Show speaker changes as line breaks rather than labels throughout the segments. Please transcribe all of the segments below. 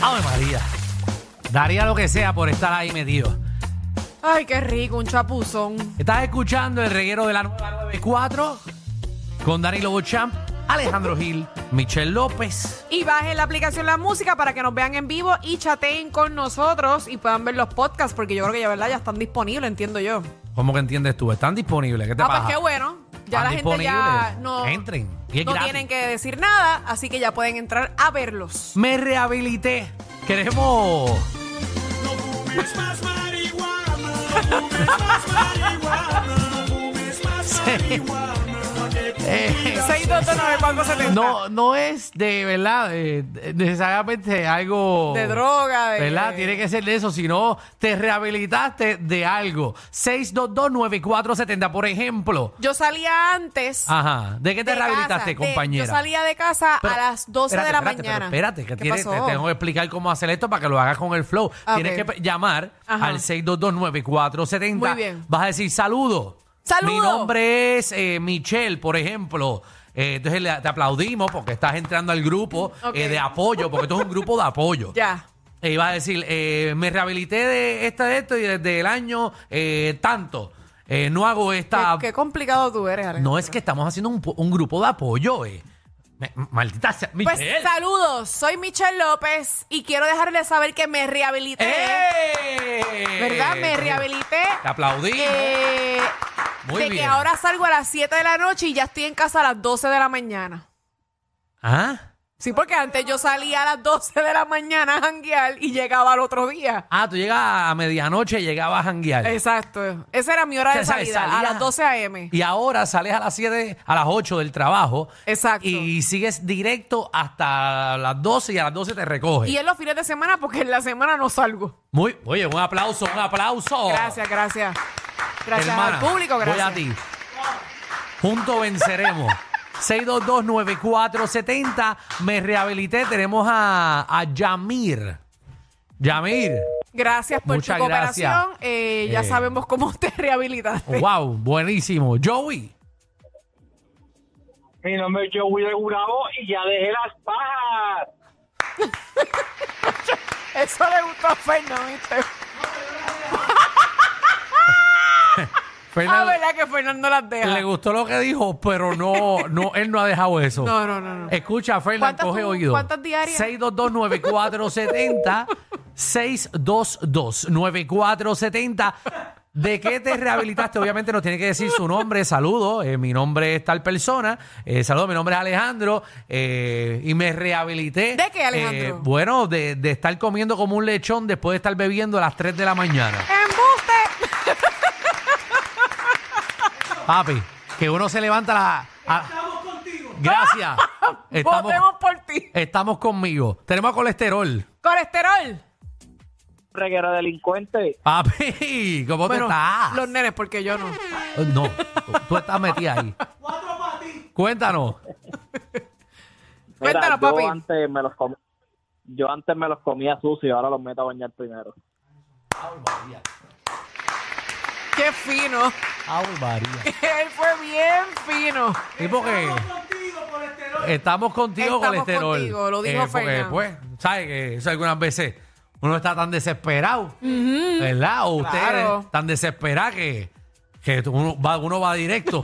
Ave María. Daría lo que sea por estar ahí metido.
Ay, qué rico, un chapuzón.
Estás escuchando el reguero de la nueva 94 con Danilo Bochamp, Alejandro Gil, Michelle López.
Y bajen la aplicación La Música para que nos vean en vivo y chateen con nosotros y puedan ver los podcasts, porque yo creo que ya, ¿verdad? ya están disponibles, entiendo yo.
¿Cómo que entiendes tú? ¿Están disponibles? ¿Qué te
Ah,
pasa?
pues qué bueno. Ya
Están
la gente ya
disponibles.
no,
Entren, y es
no
gratis.
tienen que decir nada, así que ya pueden entrar a verlos.
Me rehabilité. Queremos... Eh,
6229470.
no, no es de verdad eh, de- necesariamente algo
De droga, eh. de-
¿Verdad? Tiene que ser de eso, si no te rehabilitaste de algo. 6229470, por ejemplo.
Yo salía antes.
Ajá. ¿De qué Ah, te
de
rehabilitaste,
casa, de-
compañera?
yo salía de casa
Pero-
a las 12
espérate,
de la
espérate,
mañana.
pero espérate, que
¿Qué
tienes-
pasó?
te tengo que explicar cómo hacer esto para que lo hagas con el flow.
Ah,
Tienes
ok.
que pe- llamar
Ajá.
al 6229470.
Muy bien.
Vas a decir saludo.
¡Saludo!
Mi nombre es eh, Michelle, por ejemplo. Eh, entonces le- te aplaudimos porque estás entrando al grupo
Ok.
eh, de apoyo, porque esto es un grupo de apoyo.
Ya.
Eh, vas a decir, eh, me rehabilité de esta de esto y desde el año eh, tanto. Eh, no hago esta
Qué, qué complicado tú eres, Alejandro.
no es que estamos haciendo un, po- un grupo de apoyo, eh. Me- Maldita sea.
Pues
Michelle.
saludos, soy Michelle López y quiero dejarles saber que me rehabilité.
¡Eh!
¿Verdad? Me rehabilité.
Te aplaudimos.
eh,
Muy
de
bien.
que ahora salgo a las 7 de la noche y ya estoy en casa a las 12 de la mañana.
¿Ah?
Sí, porque antes yo salía a las 12 de la mañana a janguear y llegaba al otro día.
Ah, tú llegas a medianoche y llegabas a janguear.
Exacto. Esa era mi hora de
O sea, sabes,
salida, a
salías-
las 12 a.m.
Y ahora sales a las 7, a las 8 del trabajo.
Exacto.
Y sigues directo hasta las 12 y a las 12 te recoge.
Y en los fines de semana, porque en la semana no salgo.
Muy, oye, un aplauso, un aplauso.
Gracias, gracias. Gracias
Oh. Hermana,
al público, gracias.
Voy a ti. Juntos venceremos. 6229470. Me rehabilité. Tenemos a, a Yamir. Yamir.
Gracias por
Muchas
tu cooperación.
gracias.
Eh, ya
Eh.
sabemos cómo te rehabilitaste.
Wow, buenísimo. Joey.
Mi nombre es Joey de Gurabo y ya dejé las pajas.
Eso le gustó a Fernando, ¿viste? Ah,
Fernando,
Ah, ¿verdad que Fernando las
le
deja?
gustó lo que dijo, pero no, no él no ha dejado eso.
No, no, no, no.
Escucha, Fernan,
¿Cuántas
coge
tú-
oído.
cuántas diarias?
6229470. 6229470. ¿De qué te rehabilitaste? Obviamente nos tiene que decir su nombre, saludo, eh, mi nombre es tal persona, eh, saludo, mi nombre es Alejandro eh, y me rehabilité.
¿De qué, Alejandro?
Eh, bueno, de, de estar comiendo como un lechón después de estar bebiendo a las 3 de la mañana.
¡Embuste!
Papi, que uno se levanta a la... a- Gracias.
Votemos por ti.
Estamos conmigo. Tenemos colesterol.
Colesterol.
Reguero delincuente.
Papi, ¿cómo
Bueno,
te estás?
los nenes, porque yo no.
No, tú estás metida ahí. Cuéntanos.
Cuéntanos,
yo
papi.
Antes me los com- yo antes me los comía sucio, ahora los meto a bañar primero.
Qué fino.
Ay, María.
Él fue bien fino.
¿Y por qué? Estamos contigo,
Estamos
colesterol.
contigo, lo dijo
porque,
Fernan.
pues, ¿sabes que eso algunas veces uno está tan desesperado, ¿verdad? O ustedes
Claro.
tan desesperados que, que uno, va, uno va directo.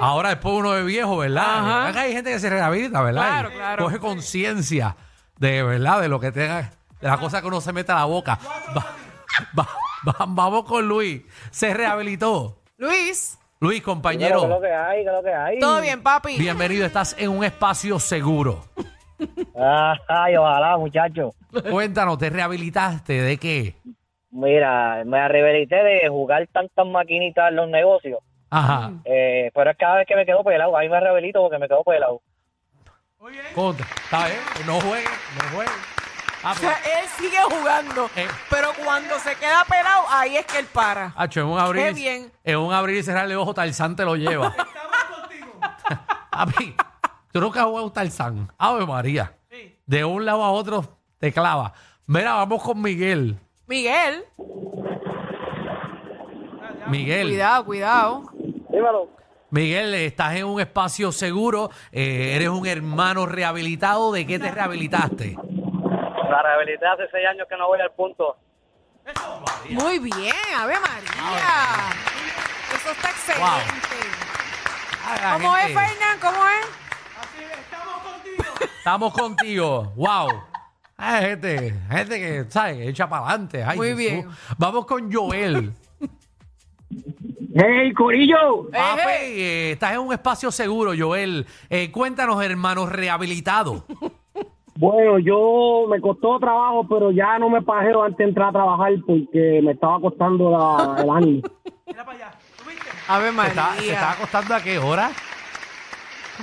Ahora después uno es viejo, ¿verdad?
Ajá.
Acá hay gente que se rehabilita, ¿verdad?
Claro,
Y
claro.
Coge conciencia de verdad de lo que tenga, de las cosas que uno se mete a la boca. Va- va- va- vamos con Luis. Se rehabilitó.
Luis,
Luis,
Dímelo, ¿qué es lo
compañero,
que hay? ¿Qué es lo que hay?
todo bien, papi.
bienvenido. Estás en un espacio seguro.
Ah, ay, ojalá, muchacho.
Cuéntanos, ¿te rehabilitaste de qué?
Mira, me arrevelité de jugar tantas maquinitas en los negocios.
Ajá.
Eh, pero es cada vez que me quedo pelado, ahí me rehabilito porque me quedo pelado.
Contra. Está bien, no juegues, no juegues. Ah,
O
pues,
sea, él sigue jugando,
Eh. Ah.
pero cuando se queda pelado, ahí es que él para.
Hacho, en un abrir,
Qué
y-
bien.
en un abrir y cerrar el ojo, Tarzán te lo lleva. Papi, tú nunca has jugado Tarzán. Ave María. De un lado a otro te clava. Mira, vamos con Miguel.
Miguel,
Miguel.
cuidado, cuidado.
Dímelo.
Miguel, estás en un espacio seguro. eh, eres un hermano rehabilitado. ¿De qué te rehabilitaste?
La rehabilité hace seis años que no voy al punto.
Muy bien, Ave María.
Ah,
Eso está excelente.
Ay, la
¿Cómo es,
gente,
Fernán? ¿Cómo es?
Estamos contigo. Wow. Ay, gente, gente que, ¿sabes? Echa para adelante. Ay,
Muy
Jesús.
bien.
Vamos con Joel.
¡Hey,
eh.
Corillo!
Papi, eh, estás en un espacio seguro, Joel. Eh, cuéntanos, hermanos, rehabilitado.
Bueno, yo me costó trabajo, pero ya no me pajeo antes de entrar a trabajar porque me estaba costando la- el ánimo.
¿Te
Ave
está- ¿Te estaba
María.
acostando a qué hora?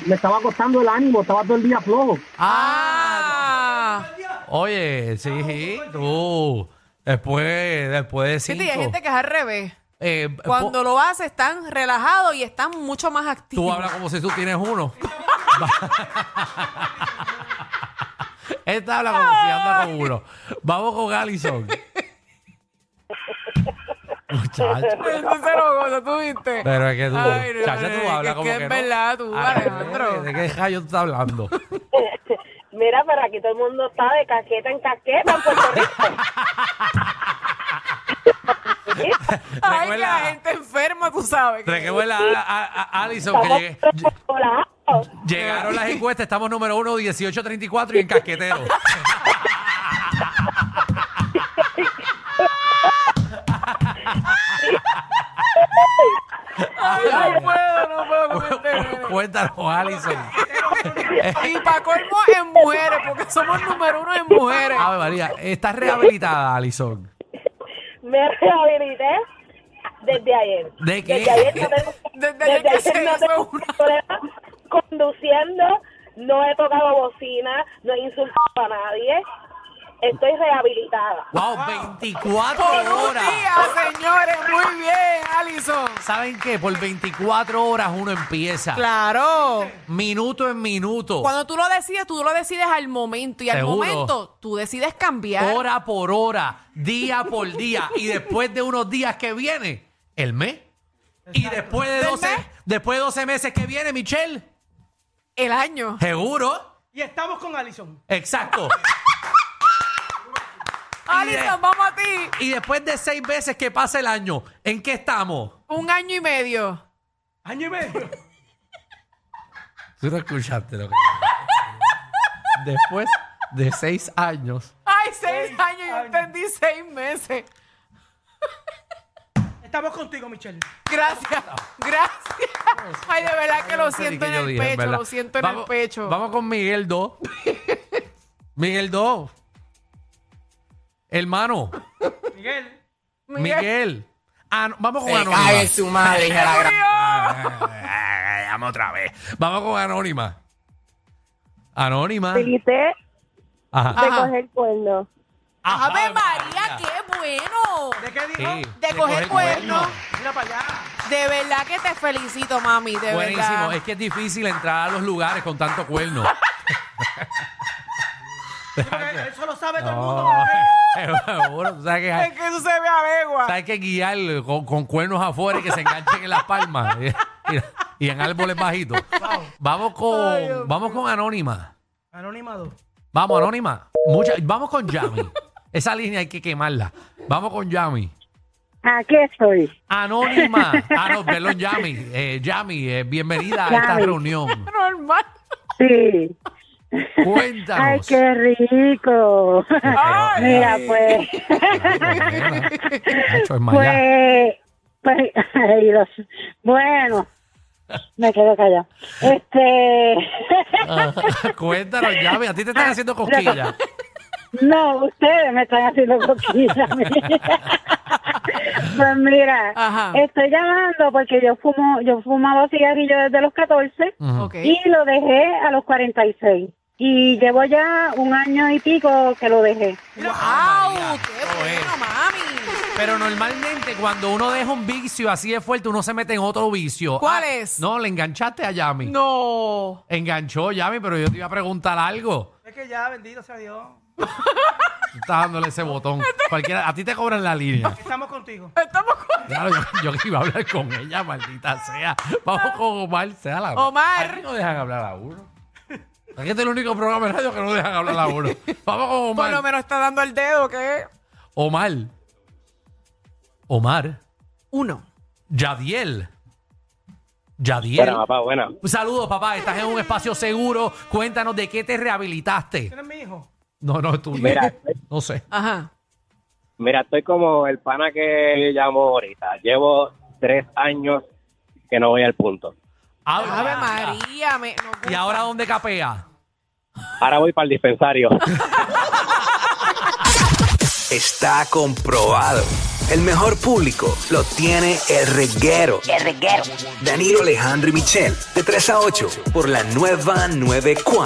Me estaba costando el ánimo, estaba todo el día flojo.
Ah,
Oye, sí, sí, tú. Después, después de
Fíjate,
cinco.
y hay gente que es al revés.
eh, po-
Cuando lo hace, están relajados y están mucho más activos.
Tú hablas como si tú tienes uno. Esta habla como si anda con uno. Vamos con Allison. Muchacho.
Ese se lo goza, tú viste.
Pero es que tú,
Ay, no,
chacha,
no,
tú
es
hablas
que
como
es
que no.
verdad, tú,
Ah,
Alejandro.
¿De qué rayo tú estás hablando?
Mira, pero aquí todo el mundo está de casqueta en casqueta en Puerto Rico.
Ay, que la
Recuerda-
gente enferma, tú sabes. que-
Recuerda, a- a- a- Allison, que
Estamos
llegué-
colados.
llegaron las encuestas, estamos número uno, 1834 y en casquetero.
Ay, no puedo, no puedo con este nene.
Cuéntanos, Allison.
Y para colmo en mujeres, porque somos número uno en mujeres.
Ave María, estás rehabilitada, Allison.
Me rehabilité desde ayer.
¿De qué?
Desde ayer no tengo,
Desde ayer que se
no
hizo
tengo
una-
problema conduciendo, no he tocado bocina, no he insultado a nadie. Estoy rehabilitada.
Wow, 24
Por un
horas.
día, señores. Muy bien, Alison.
¿Saben qué? Por 24 horas uno empieza.
Claro.
Minuto en minuto.
Cuando tú lo decides, tú lo decides al momento. Y al
Seguro.
momento, tú decides cambiar.
Hora por hora, día por día. y después de unos días que viene, el mes. Y después de,
¿Del
12,
mes?
después de 12 meses que viene, Michelle,
El año.
seguro.
Y estamos con Alison.
Exacto.
Alison, vamos a ti.
Y después de seis veces que pasa el año, ¿en qué estamos?
Un año y medio.
Año y medio.
Tú no escuchaste lo que Después de seis años.
Ay, seis,
Seis
años. Yo
años.
entendí seis meses.
Estamos contigo, Michelle.
Gracias. Gracias. Ay, de verdad que lo siento en
Yo
el
dije,
pecho.
¿verdad?
Lo siento en el
Vamos-
pecho.
Vamos con Miguel 2. Miguel 2. Hermano,
Miguel.
Miguel. Ah, no, vamos con Anónima. Ay, Vamos otra vez. Vamos con Anónima. Anónima.
Rehabilité
Ajá. Ah,
de
Ajá.
coger cuernos.
¡Ave María, qué bueno!
¿De qué dijo?
Sí,
De coger cuernos.
Mira para allá.
De verdad que te felicito, mami. De
Buenísimo.
verdad.
Es que es difícil entrar a los lugares con tanto cuerno.
Sí, porque Eso lo sabe todo el mundo.
No,
¿verdad?
seguro, tú sabes que hay-
Es que eso se ve a
O sea,
legua.
hay que guiar con, con cuernos afuera y que se enganchen en las palmas y, y- y en árboles bajitos. Vamos con, vamos con Anónima.
Anónima 2.
Vamos, Anónima. Mucha- vamos con Yami. Esa línea hay que quemarla. Vamos con Yami.
Aquí estoy.
Anónima. Ah, no, perdón, Yami. Eh, Yami, eh, bienvenida a esta
Yami.
reunión.
Normal.
Sí.
Cuéntanos.
qué rico.
Ay,
Mira,
ay.
pues,
Nacho, es más allá.
pues, pues, ay, Dios. bueno, me quedo callado. Este,
Ah, Cuéntanos, llave. A ti te están haciendo cosquillas.
no, ustedes me están haciendo coquilla. a mí. pues mira,
Ajá.
estoy llamando porque yo fumo, yo fumaba cigarrillo desde los 14
Ujú.
Ok.
y lo dejé a los 46 y llevo ya un año y pico que lo dejé.
¡Wow! ¡Qué
¿Cómo es?
bueno, mami!
Pero normalmente cuando uno deja un vicio así de fuerte, uno se mete en otro vicio.
¿Cuál
Ah,
es?
No, le enganchaste a Yami.
No.
Enganchó Yami, pero yo te iba a preguntar algo.
Es que ya, bendito sea Dios.
Tú Estás dándole ese botón. Cualquiera, a ti te cobran la línea.
Estamos contigo.
Estamos con
Claro, yo, yo que iba a hablar con ella, maldita sea. Vamos con Omar, sea la
Omar.
Aquí no dejan hablar a uno. Aquí este es el único programa de radio que no dejan hablar a uno. Vamos con
Por
Omar.
lo menos está dando el dedo, ¿qué?
Omar. Omar.
Uno.
Yadiel. Yadiel.
Buena, papá, buena.
Saludos, papá. Estás en un espacio seguro. Cuéntanos de qué te rehabilitaste.
¿Tienes mi hijo?
No, no, es tuyo.
Mira,
No sé.
Ajá.
mira, estoy como el pana que llamo ahorita. Llevo tres años que no voy al punto.
Ave María, me, nos gusta.
Ah, ¿Y ahora dónde capea?
Ahora voy para el dispensario.
Está comprobado. El mejor público lo tiene el reguero. El reguero. Danilo Alejandro y Michel, de 3 a 8, por la nueva 94.